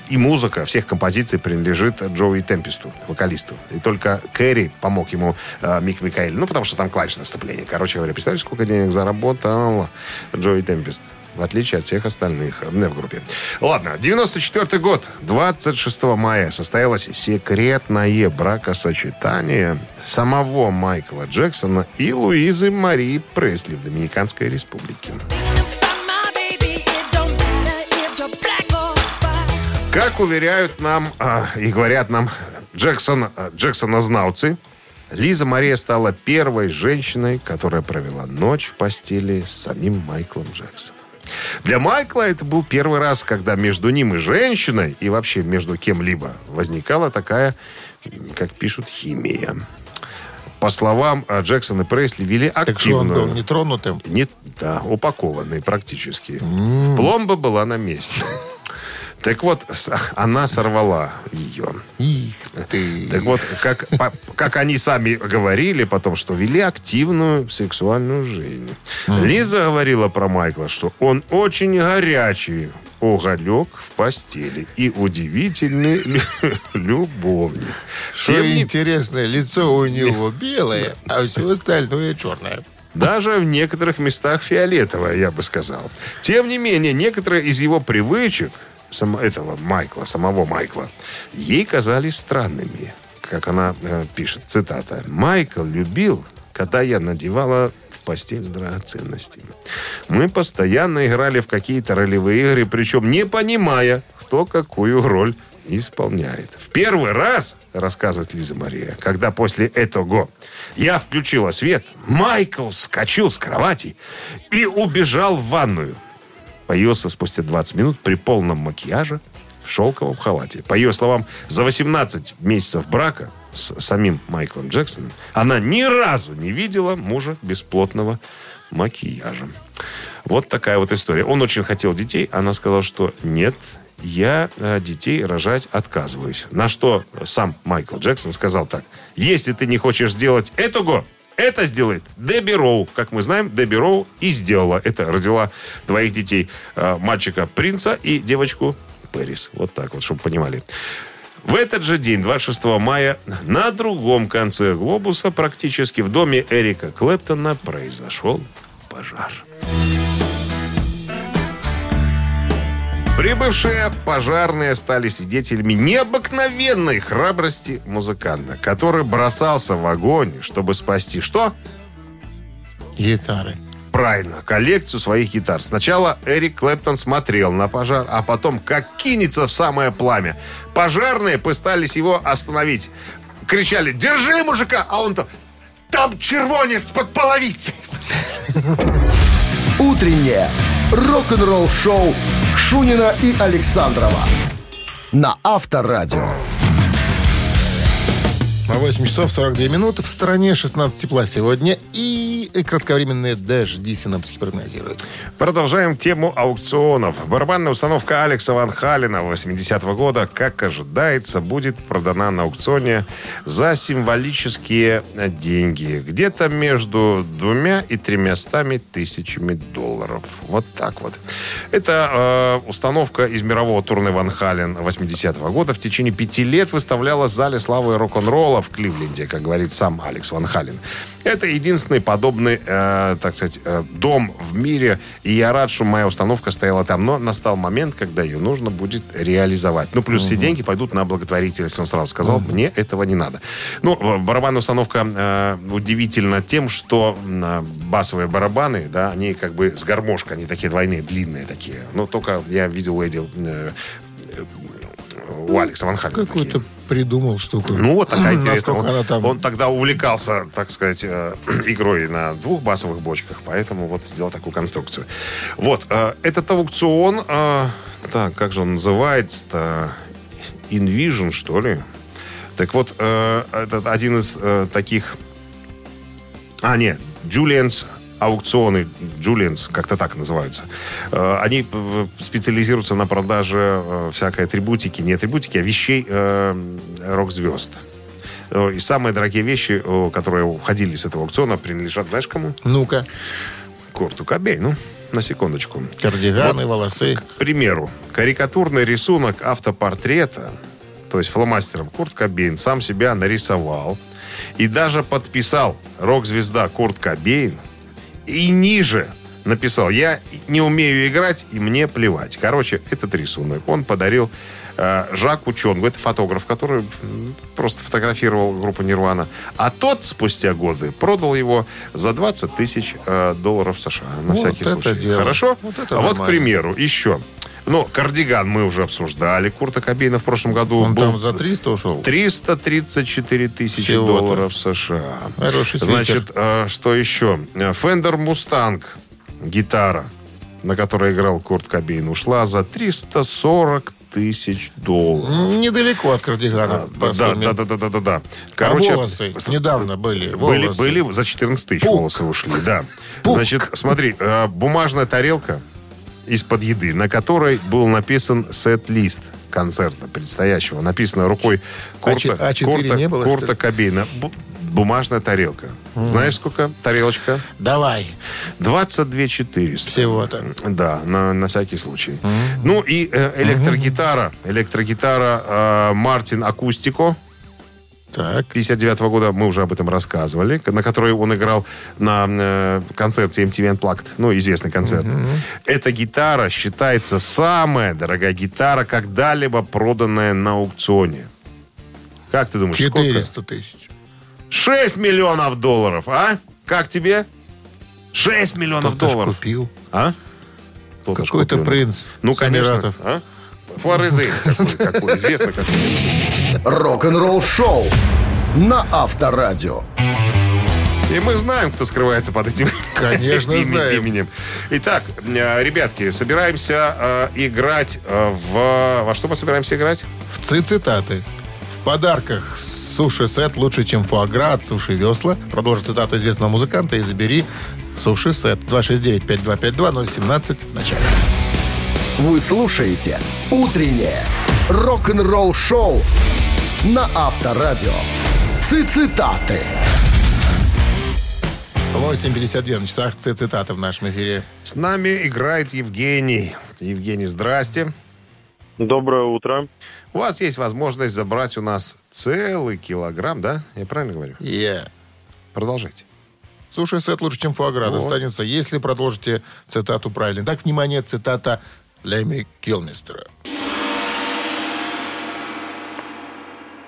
C: и музыка всех композиций принадлежит Джоуи Темпесту, вокалисту. И только Кэрри помог ему э, Мик Микаэль. Ну, потому что там клавишное наступление. Короче говоря, представляешь, сколько денег заработал Джоуи Темпест? В отличие от всех остальных э, в группе. Ладно, 94 год, 26 мая состоялось секретное бракосочетание самого Майкла Джексона и Луизы Марии Пресли в Доминиканской республике.
I: About my baby, it don't matter if you're black or white.
C: Как уверяют нам а, и говорят нам Джексон, а, Джексона-знауцы, Лиза Мария стала первой женщиной, которая провела ночь в постели с самим Майклом Джексоном. Для Майкла это был первый раз, когда между ним и женщиной, и вообще между кем-либо, возникала такая, м, как пишут, химия. По словам а, Джексон и Пресли, вели активную...
B: Так что он был нетронутым.
C: Не, да, упакованный практически. Пломба была на месте. Так вот, с- она сорвала ее.
B: Их ты.
C: Так вот, как, по- как они сами говорили потом, что вели активную сексуальную жизнь. Лиза говорила про Майкла, что он очень горячий уголек в постели и удивительный лю- любовник.
B: Что
C: Тем не-
B: интересное, лицо у него белое, а все остальное черное.
C: Даже в некоторых местах фиолетовая, я бы сказал. Тем не менее, некоторые из его привычек, сам- этого Майкла, самого Майкла, ей казались странными. Как она э, пишет, цитата. «Майкл любил, когда я надевала постель драгоценности. Мы постоянно играли в какие-то ролевые игры, причем не понимая, кто какую роль исполняет. В первый раз, рассказывает Лиза Мария, когда после этого я включила свет, Майкл вскочил с кровати и убежал в ванную. Появился спустя 20 минут при полном макияже в шелковом халате. По ее словам, за 18 месяцев брака с самим Майклом Джексоном она ни разу не видела мужа бесплотного макияжа. Вот такая вот история. Он очень хотел детей. Она сказала, что нет, я э, детей рожать отказываюсь. На что сам Майкл Джексон сказал так. Если ты не хочешь сделать этого, это сделает Дебби Роу. Как мы знаем, Дебби Роу и сделала. Это родила двоих детей. э, Мальчика Принца и девочку Пэрис. Вот так вот, чтобы понимали. В этот же день, 26 мая, на другом конце глобуса, практически в доме Эрика Клэптона, произошел пожар.
B: Прибывшая
C: Прибывшие пожарные стали свидетелями необыкновенной храбрости музыканта, который бросался в огонь, чтобы спасти что?
B: гитары.
C: Правильно, коллекцию своих гитар. Сначала Эрик Клэптон смотрел на пожар, а потом как кинется в самое пламя. Пожарные пытались его остановить. Кричали «Держи мужика!» А он-то «Там червонец под половицей!»
A: Утреннее рок-н-ролл-шоу Шунина и Александрова на Авторадио.
B: На 8 часов 42 минуты в стороне 16 тепла сегодня и кратковременные дожди синаптики прогнозируют.
C: Продолжаем тему аукционов. Барабанная установка Алекса Ван Халина 80-го года, как ожидается, будет продана на аукционе за символические деньги. Где-то между двумя и тремястами тысячами долларов. Вот так вот. Это э, установка из мирового турне Ван Хален 80-го года. В течение пяти лет выставлялась в зале славы рок-н-ролла в Кливленде, как говорит сам Алекс Ван Хален. Это единственный подобный, э, так сказать, э, дом в мире. И я рад, что моя установка стояла там. Но настал момент, когда ее нужно будет реализовать. Ну, плюс все деньги пойдут на благотворительность. Он сразу сказал, мне этого не надо. Ну, э, барабанная установка э, удивительна тем, что м, э, басовые барабаны, да, они как бы с гармошкой, они такие двойные, длинные такие. Но только я видел у Эдди... э, э, у Алекса Ван Халена такие.
B: Какую-то придумал штуку.
C: Ну, вот такая интересная.
B: Настолько
C: Он,
B: она там-
C: он тогда увлекался, так сказать, э, игрой на двух басовых бочках, поэтому вот сделал такую конструкцию. Вот, э, этот аукцион, э, так, как же он называется-то? Invision, что ли? Так вот, э, это один из э, таких... А, нет, Julian's аукционы, Julian's, как-то так называются. Э, Они э, специализируются на продаже э, всякой атрибутики, не атрибутики, а вещей э, рок-звезд. Э, И самые дорогие вещи, э, которые уходили с этого аукциона, принадлежат, знаешь, кому?
B: Ну-ка,
C: Курту Кобейну. На секундочку.
B: кардиганы, волосы.
C: К примеру, карикатурный рисунок автопортрета, то есть фломастером Курт Кобейн сам себя нарисовал и даже подписал рок-звезда Курт Кобейн и ниже написал «Я не умею играть и мне плевать». Короче, этот рисунок он подарил э, Жаку Чонгу. Это фотограф, который м, просто фотографировал группу «Нирвана». А тот спустя годы продал его за 20 тысяч э, долларов США. На
B: Вот
C: всякий
B: это
C: случай.
B: дело.
C: Хорошо?
B: Вот это
C: а вот, к
B: нормально.
C: примеру, еще. Ну, кардиган мы уже обсуждали. Курта Кобейна в прошлом году
B: Он
C: был
B: там за 300 ушел.
C: 334 тысячи
B: Всего-то.
C: долларов США.
B: Хороший свитер.
C: Значит, э, что еще? Э, Fender Mustang гитара, на которой играл Курт Кобейн, ушла за 340 тысяч долларов.
B: Недалеко от кардигана. по
C: Да,
B: сумме.
C: да, да, да, да, да, да.
B: Ну, а волосы
C: с-
B: недавно были.
C: были,
B: волосы.
C: были за 14 тысяч волосы ушли, да.
B: Пук.
C: Значит, смотри, э, бумажная тарелка из-под еды, на которой был написан сет-лист концерта предстоящего. Написано рукой Курта,
B: А че- А4
C: Курта,
B: не было,
C: Курта
B: что ли?
C: Кобейна. Бу- Бумажная тарелка. Знаешь, сколько тарелочка?
B: Давай,
C: 22 400.
B: всего-то.
C: Да, на, на всякий случай. Ну и э, электрогитара. Электрогитара э, Мартин Акустико.
B: Так.
C: 59 года мы уже об этом рассказывали, к- на которой он играл на э, концерте MTV Unplugged, ну, известный концерт. Эта гитара считается самая дорогая гитара, когда-либо проданная на аукционе. Как ты думаешь, сколько?
B: 400 тысяч.
C: 6 миллионов долларов, а? Как тебе?
H: 6 миллионов
B: Кто-то ж
H: долларов.
B: купил.
H: А? Кто-то ж
B: Какой-то
H: купил.
B: принц.
H: Ну,
B: с
H: конечно.
B: Эмиратов.
H: А? Флорезейн какой, какой, известно какой.
A: Рок-н-ролл-шоу на Авторадио.
H: И мы знаем, кто скрывается под этим
B: Конечно,
H: име-
B: знаем.
H: именем. Итак, э, ребятки, собираемся э, играть э, в... Во что мы собираемся играть?
B: В цитаты. В подарках суши-сет лучше, чем фуагра от суши-весла. Продолжи цитату известного музыканта и забери суши-сет. 269-5252-017 в начале.
A: Вы слушаете «Утреннее рок-н-ролл-шоу» на Авторадио. Цитаты.
B: 8.52 на часах Ц- цитаты в нашем эфире.
C: С нами играет Евгений. Евгений, здрасте.
F: Доброе утро.
C: У вас есть возможность забрать у нас целый килограмм, да? Я правильно говорю?
B: Yeah.
C: Продолжайте.
B: Суши сет лучше, чем фуагра. Достанется, если продолжите цитату правильно. Так, внимание, цитата Леми Килмистера.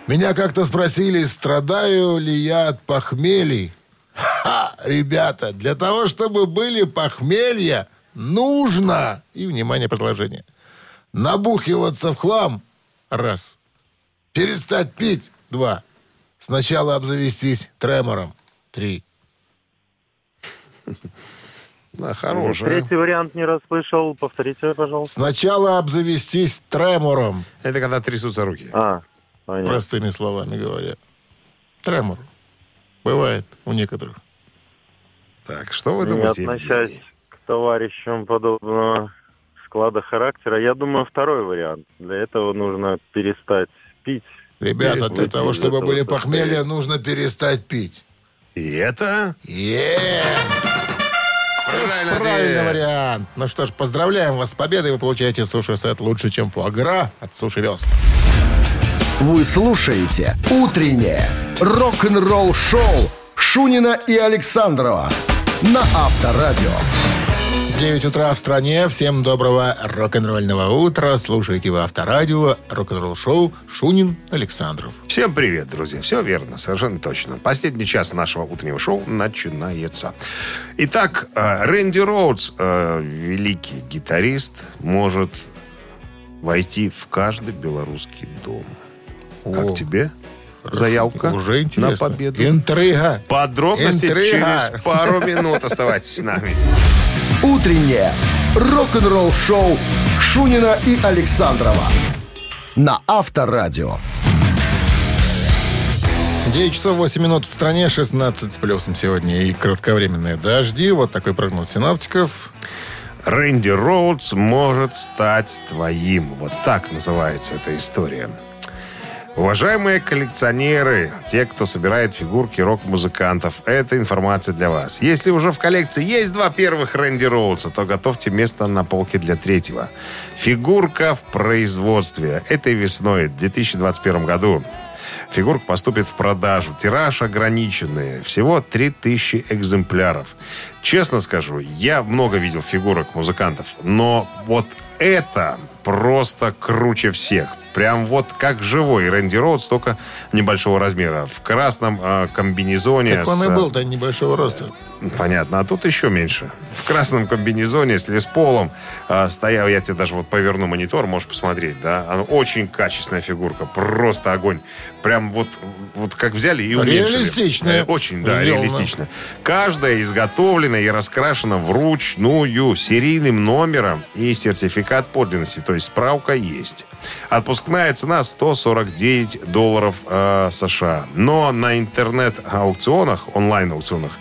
B: Меня как-то спросили, страдаю ли я от похмелий. Ха, ребята, для того, чтобы были похмелья, нужно, и, внимание, предложение, набухиваться в хлам, раз, перестать пить, два, сначала обзавестись тремором, три.
C: Да, хорошая.
F: вариант не расслышал. Повторите, пожалуйста.
B: Сначала обзавестись тремором,
C: Это когда трясутся руки.
F: А,
B: простыми словами говоря. Тремор. Бывает у некоторых.
C: Так, что вы думаете, Евгений?
F: к товарищам подобного склада характера, я думаю, второй вариант. Для этого нужно перестать пить.
B: Ребята, для
F: Перестать
B: того,
F: пить,
B: чтобы
F: для
B: были
F: того, чтобы
B: похмелья, нужно перестать пить.
C: И это...
B: Е!
C: Правильный
B: Правильный
C: ответ.
B: вариант. Ну что ж, поздравляем вас с победой. Вы получаете суши-сет лучше, чем фуагра от Суши Весла.
A: Вы слушаете «Утреннее рок-н-ролл-шоу» Шунина и Александрова на Авторадио.
B: 9 утра в стране. Всем доброго рок-н-ролльного утра. Слушайте вы Авторадио, рок-н-ролл-шоу Шунин Александров.
C: Всем привет, друзья. Все верно, совершенно точно. Последний час нашего утреннего шоу начинается. Итак, э, Рэнди Роудс, э, великий гитарист, может войти в каждый белорусский дом.
B: О,
C: как тебе заявка
B: Уже
C: на
B: интересно. а.
C: победу?
B: Интрига.
C: Подробности
B: Интрига.
C: через пару минут. Оставайтесь с нами.
A: «Утреннее рок-н-ролл-шоу» Шунина и Александрова на Авторадио.
B: 9 часов 8 минут в стране, 16 с плюсом сегодня и кратковременные дожди. Вот такой прогноз синаптиков.
C: Рэнди Роудс может стать твоим. Вот так называется эта история. Уважаемые коллекционеры, те, кто собирает фигурки рок-музыкантов, это информация для вас. Если уже в коллекции есть два первых Рэнди Роудса, то готовьте место на полке для третьего. Фигурка в производстве. Этой весной, в 2021 году, Фигурка поступит в продажу. Тираж ограниченный. Всего 3000 экземпляров. Честно скажу, я много видел фигурок музыкантов, но вот это просто круче всех. Прям вот как живой Рэнди Роудс, только небольшого размера. В красном э, комбинезоне.
B: Как он
C: с,
B: и
C: э,
B: был, да, небольшого роста.
C: Понятно, а тут еще меньше. В красном комбинезоне с лесполом а, стоял, я тебе даже вот поверну монитор, можешь посмотреть, да. Она очень качественная фигурка, просто огонь. Прям вот, вот как взяли и уменьшили.
B: Реалистичная.
C: Э, Очень, да,
B: Сделано.
C: реалистично. Каждая изготовлена и раскрашена вручную серийным номером и сертификат подлинности, то есть справка есть. Отпускная цена 149 долларов э, США. Но на интернет-аукционах, онлайн-аукционах,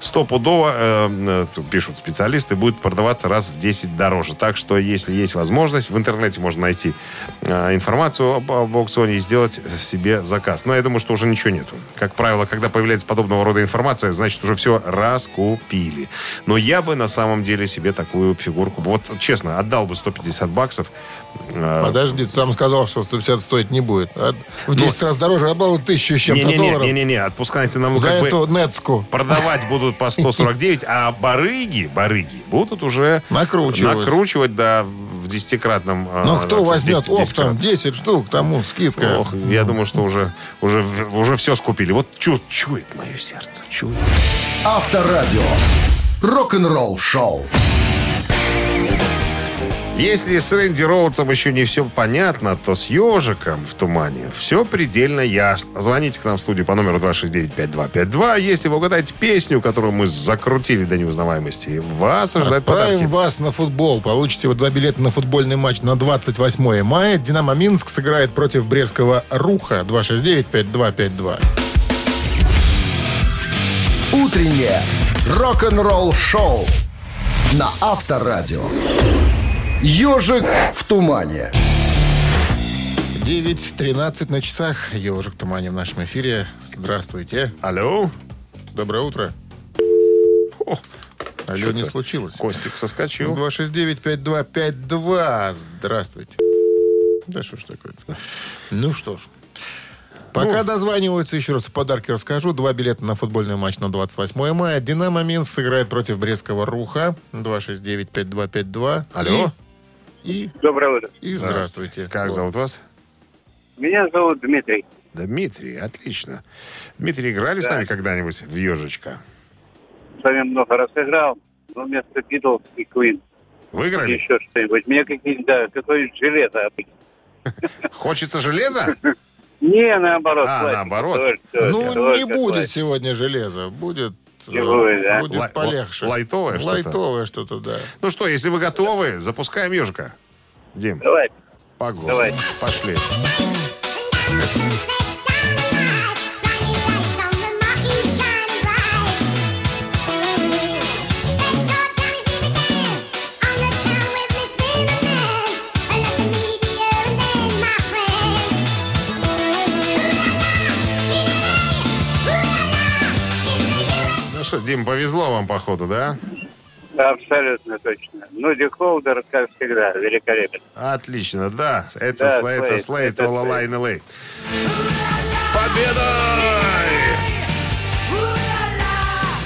C: стопудово, э, э, пишут специалисты, будет продаваться раз в 10 дороже. Так что, если есть возможность, в интернете можно найти э, информацию об, об аукционе и сделать себе заказ. Но я думаю, что уже ничего нету. Как правило, когда появляется подобного рода информация, значит, уже все раскупили. Но я бы на самом деле себе такую фигурку, вот честно, отдал бы 150 баксов. э,
B: Подожди, ты сам сказал, что 150 стоить не будет. А в 10 раз дороже, а было 1000 с чем-то долларов.
C: Ну, Не-не-не, отпускайте нам
B: За
C: как бы
B: эту нетску.
C: продавать будут по 149, а барыги, барыги будут уже
B: Накручивать.
C: накручивать, да, в десятикратном. э,
B: Но Ну, кто
C: в десяти-
B: возьмет
C: десятикратном.
B: оптом 10 штук, тому скидка.
C: Ох, я думаю, что уже, уже, уже все скупили. Вот чу- чует мое сердце, чует.
A: Авторадио. рок-н-ролл шоу.
C: Если с Рэнди Роудсом еще не все понятно, то с ежиком в тумане все предельно ясно. Звоните к нам в студию по номеру 269-5252. Если вы угадаете песню, которую мы закрутили до неузнаваемости, вас ожидают
B: Отправим
C: подарки.
B: вас на футбол. Получите вот два билета на футбольный матч на 28 мая. «Динамо Минск» сыграет против Брестского «Руха» 269-5252.
A: Утреннее рок-н-ролл шоу на Авторадио. Ежик в тумане.
B: 9.13 на часах. Ежик Тумани в нашем эфире. Здравствуйте.
C: Алло?
B: Доброе утро. а
C: О,
B: Алло,
C: Чё-то
B: не случилось.
C: Костик соскочил.
B: 269-5252. Здравствуйте. Да что ж такое-то. Ну что ж.
C: Ну.
B: Пока дозваниваются, еще раз подарки расскажу. Два билета на футбольный матч на 28 мая. «Динамо Минск» сыграет против Брестского «Руха». 269-5252.
C: Алло?
B: И,
D: Доброе утро.
B: и, и здравствуйте.
C: Э, Как
B: Вот.
C: зовут вас?
D: Меня зовут Дмитрий.
C: Дмитрий, отлично. Дмитрий, играли с нами когда-нибудь в ежечка?
D: С вами много раз играл, но вместо Битлз и Куин.
C: Выиграли?
D: Еще что-нибудь. Мне какие-нибудь, да, а? какое-нибудь железо.
C: Хочется железа?
D: Не, наоборот.
C: А,
D: пластик.
C: наоборот.
D: Только,
B: Ну,
D: только
B: не будет
D: пластик.
B: сегодня железа. Будет, э,
D: Не будет, да?
B: будет
C: Лай-
B: полегче.
C: л- лайтовое что-то.
B: Лайтовое что-то, да.
C: Ну что, если вы готовы, запускаем ежика. Дим,
D: Давай.
C: погода.
D: Давай.
C: Пошли. Ну что, Дим, повезло вам, походу, да?
D: Абсолютно точно. Ну, Холдер, как всегда, великолепен.
C: Отлично, да. Это,
D: Да,
C: Слейт, это
D: Слейт,
C: Слейт,
D: это
C: All Line LA. С победой!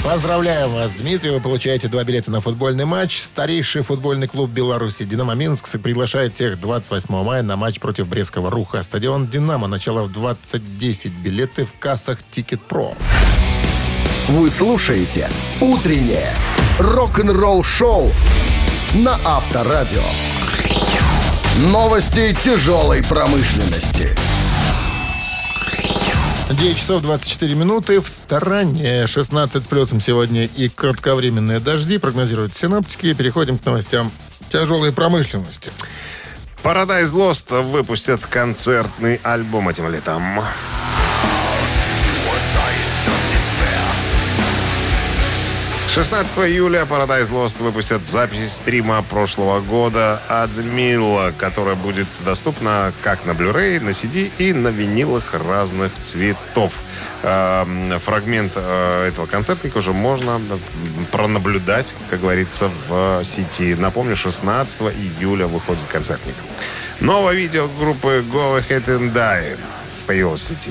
B: Поздравляем вас, Дмитрий. Вы получаете два билета на футбольный матч. Старейший футбольный клуб Беларуси «Динамо Минск» приглашает всех 28 мая на матч против Брестского «Руха». Стадион «Динамо». Начало в 20.10. Билеты в кассах «Тикет Про».
A: Вы слушаете «Утреннее рок-н-ролл-шоу» на Авторадио. Новости тяжелой промышленности.
B: 9 часов 24 минуты. В стороне 16 с плюсом сегодня и кратковременные дожди прогнозируют синаптики. Переходим к новостям тяжелой промышленности.
C: Paradise Lost выпустят концертный альбом этим летом. Шестнадцатого июля Paradise Lost выпустят запись стрима прошлого года Адзельмила, которая будет доступна как на Blu-ray, на CD и на винилах разных цветов. Эм, Фрагмент э, этого концертника уже можно м, пронаблюдать, как говорится, в сети. Напомню, 16 июля выходит концертник. Новое видео группы Go Ahead and Die появилось в сети.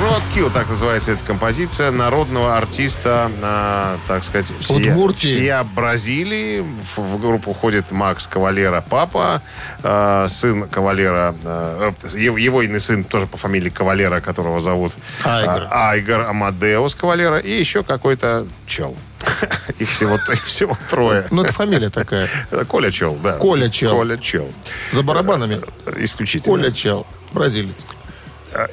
C: Roadkill, так называется эта композиция, народного артиста, а, так сказать, всея,
B: Удмуртии.
C: всея Бразилии. В, в группу входит Макс Кавалера, папа, э, сын Кавалера, э, э, его его иный сын тоже по фамилии Кавалера, которого зовут
B: Айгор.
C: э, Айгор Амадеус Кавалера, и еще какой-то Чел. Их всего, их всего трое.
B: Ну, это фамилия такая.
C: Коля Чел, да.
B: Ну, Коля Чел.
C: Коля Чел.
B: За барабанами.
C: Исключительно.
B: Коля Чел, бразилец.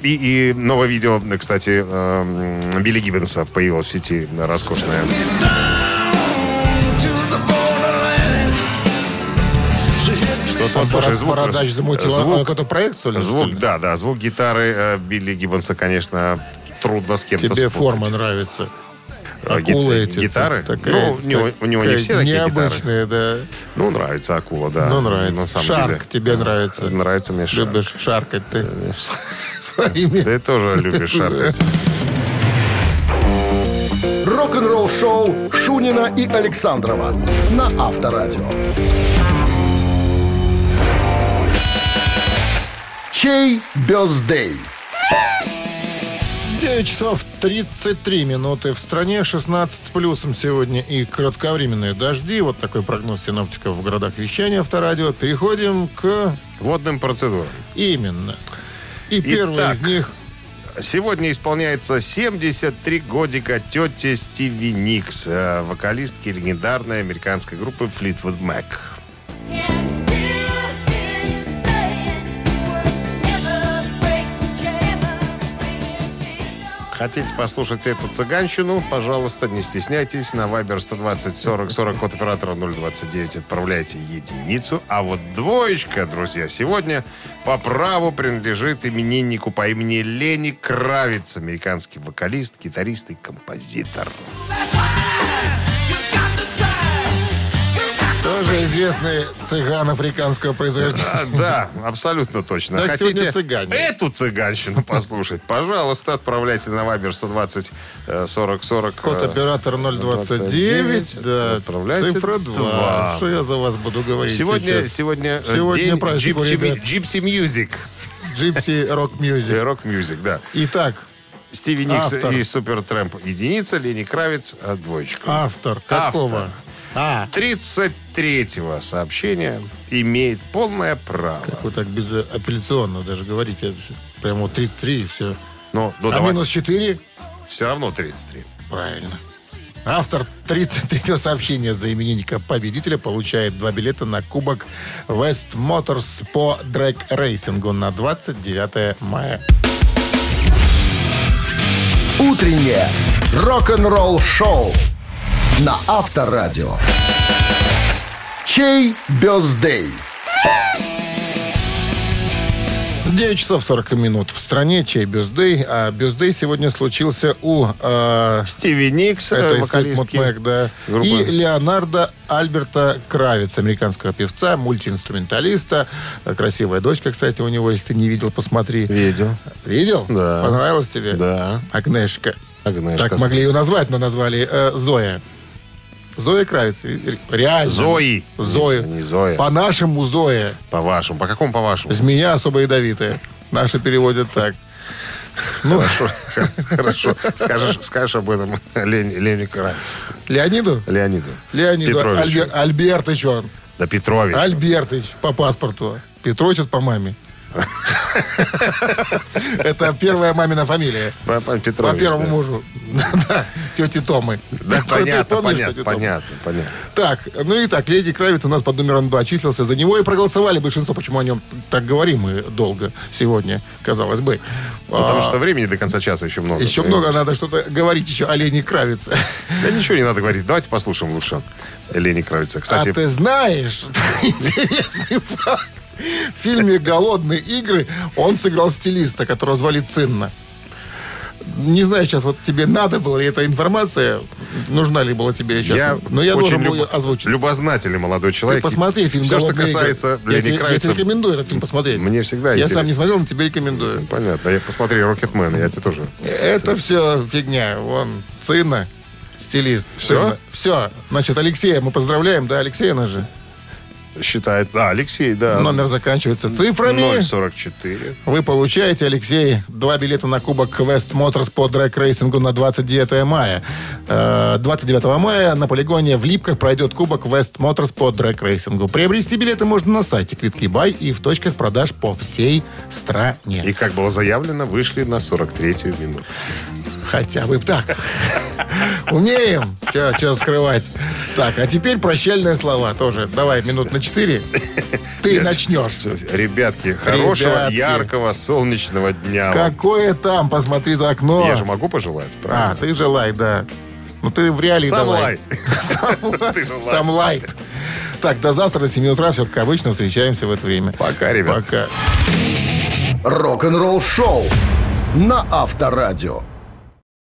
C: И, и новое видео, кстати, эм, Билли Гиббенса появилось в сети роскошное.
B: Что-то
C: Слушай, звук- э,
B: Бородач замутил.
C: звук-
B: А, какой-то проект, что ли?
C: Звук,
B: что ли?
C: да, да, звук гитары э, Билли Гиббенса, конечно, трудно с кем-то
B: Тебе
C: спутать.
B: форма нравится.
C: А, ги-
B: Акулы эти.
C: гитары?
B: Такая,
C: Ну, у него- у него не
B: такая
C: все такие гитары.
B: Необычные, да.
C: Ну, нравится акула, да.
B: Ну, нравится.
C: На самом
B: Шарк
C: деле. А,
B: тебе нравится.
C: Нравится мне шарк.
B: Любишь шаркать ты своими.
C: Ты тоже любишь шаркать.
A: Рок-н-ролл-шоу Шунина и Александрова на Авторадио. Чей бездей?
B: 9 часов 33 минуты. В стране 16 с плюсом сегодня и кратковременные дожди. Вот такой прогноз синоптиков в городах вещания авторадио. Переходим к...
C: Водным процедурам.
B: Именно. И первый из
C: Итак.
B: них
C: Сегодня исполняется 73 годика тети Стиви Никс, э, вокалистки легендарной американской группы Fleetwood Mac. Хотите послушать эту цыганщину? Пожалуйста, не стесняйтесь. На Viber 120 40 40 от оператора 029 отправляйте единицу. А вот двоечка, друзья, сегодня по праву принадлежит имениннику по имени Лени Кравец, американский вокалист, гитарист и композитор.
B: тоже известный цыган африканского
C: А,
B: происхождения.
C: Да, абсолютно точно.
B: Так сегодня
C: Хотите
B: цыгане.
C: эту цыганщину послушать? Пожалуйста, отправляйте на Вайбер 120 э, 40 40. э,
B: Код оператор 029,
C: 29,
B: да,
C: отправляйте
B: цифра 2.
C: два.
B: Что я за вас буду говорить
C: Сегодня,
B: сейчас?
C: сегодня, э,
B: Сегодня
C: день
B: праздник у
C: Gypsy,
B: ребят.
C: Gypsy Music.
B: Gypsy Rock Music.
C: Э, Рок Music, да.
B: Итак,
C: Стиви Никс
B: Автор.
C: и Супер Трэмп единица, Лени Кравец э, двоечка.
B: автор какого? А,
C: 33-го сообщения имеет полное право.
B: вы так безапелляционно даже говорите. Это Прямо вот 33 и все.
C: Но ну,
B: а
C: давай,
B: минус 4?
C: все равно 33.
B: Правильно. Автор 33-го сообщения за именинника победителя получает два билета на кубок West Motors по дрэк-рейсингу на 29 мая.
A: Утреннее рок-н-ролл-шоу на Авторадио. Чей бездей?
B: 9 часов 40 минут в стране, чей бюздей. А бюздей сегодня случился у э,
C: Стиви Никс,
B: это
C: э,
B: из
C: вокалистки.
B: Fleetwood Mac, да,
C: группы.
B: и Леонардо Альберта Кравец, американского певца, мультиинструменталиста. Э, Красивая дочка, кстати, у него. Если ты не видел, посмотри.
C: Видел.
B: Видел?
C: Да.
B: Понравилось тебе?
C: Да.
B: Агнешка.
C: Агнешка.
B: Э, Так могли ее назвать, но назвали э, Зоя. Зоя Кравец. Ре- ре- Реально.
C: Зои.
B: Зоя.
C: Не, не Зоя.
B: По-нашему Зоя.
C: По-вашему. По какому по-вашему?
B: Змея особо ядовитая. Наши переводят так. Ну,
C: Хорошо. Скажешь, скажешь об этом Лени, Лени Кравец.
B: Леониду?
C: Леониду.
B: Леониду
C: Петровичу.
B: Альбер- Альбертыч он.
C: Да Петрович.
B: Альбертыч по паспорту. Петрович это по маме. Это первая мамина фамилия.
C: По, по-
B: По
C: Петрович,
B: первому
C: да.
B: мужу. Да, тети Томы.
C: Да,
B: Ты
C: понятно,
B: помнишь
C: понятно,
B: тетю Тому?
C: понятно, понятно.
B: Так, ну и так, Леди Кравец у нас под номером 2 числился. За него и проголосовали большинство. Почему о нем так говорим мы долго сегодня, казалось бы.
C: Потому
B: А,
C: что времени до конца часа еще много.
B: Еще много надо что-то говорить еще о Лени Кравице.
C: Да ничего не надо говорить. Давайте послушаем лучше Лени Кравица. Кстати,
B: А ты знаешь, интересный факт. В фильме «Голодные игры» он сыграл стилиста, которого звали Цинна. Не знаю сейчас, вот тебе надо была ли эта информация, нужна ли была тебе сейчас.
C: я,
B: но Ну, я
C: очень
B: должен был
C: любо-
B: ее озвучить.
C: любознательный молодой
B: Ты
C: человек.
B: посмотри фильм
C: Все, что
B: «Голодные игры».
C: касается
B: я,
C: Лени
B: тебе, я
C: Кравица.
B: тебе рекомендую этот фильм посмотреть.
C: Мне всегда
B: Я
C: интересно.
B: сам не смотрел, но тебе рекомендую.
C: Понятно. Я посмотри Рокетмен, я тебе тоже.
B: Это все фигня. Вон, Цинна, стилист.
C: Всё?
B: Все. Значит, Алексея мы поздравляем. Да, Алексея она же.
C: Считает. А, Алексей, да.
B: Номер заканчивается цифрами.
C: 044.
B: Вы получаете, Алексей, два билета на кубок West Motors по дрэг-рейсингу на 29 мая. Э, 29 мая на полигоне в Липках пройдет кубок West Motors по дрэг-рейсингу. Приобрести билеты можно на сайте Квитки Бай и в точках продаж по всей стране.
C: И как было заявлено, вышли на 43-ю минуту.
B: Хотя бы так. Умеем. Че скрывать. Так, а теперь прощальные слова тоже. Давай, минут на 4. Ты начнешь.
C: Ребятки, хорошего,
B: Ребятки.
C: яркого, солнечного дня. вам.
B: Какое там? Посмотри за окно.
C: Я же могу пожелать,
B: А,
C: правильно?
B: ты же лай, да. Ну ты в реалии
C: Сам
B: давай.
C: лай. Ты же лай.
B: Сам лайт. Так, до завтра, до 7 утра. Все как обычно, встречаемся в это время.
C: Пока, ребят.
B: Пока.
A: Рок-н-ролл-шоу на Авторадио.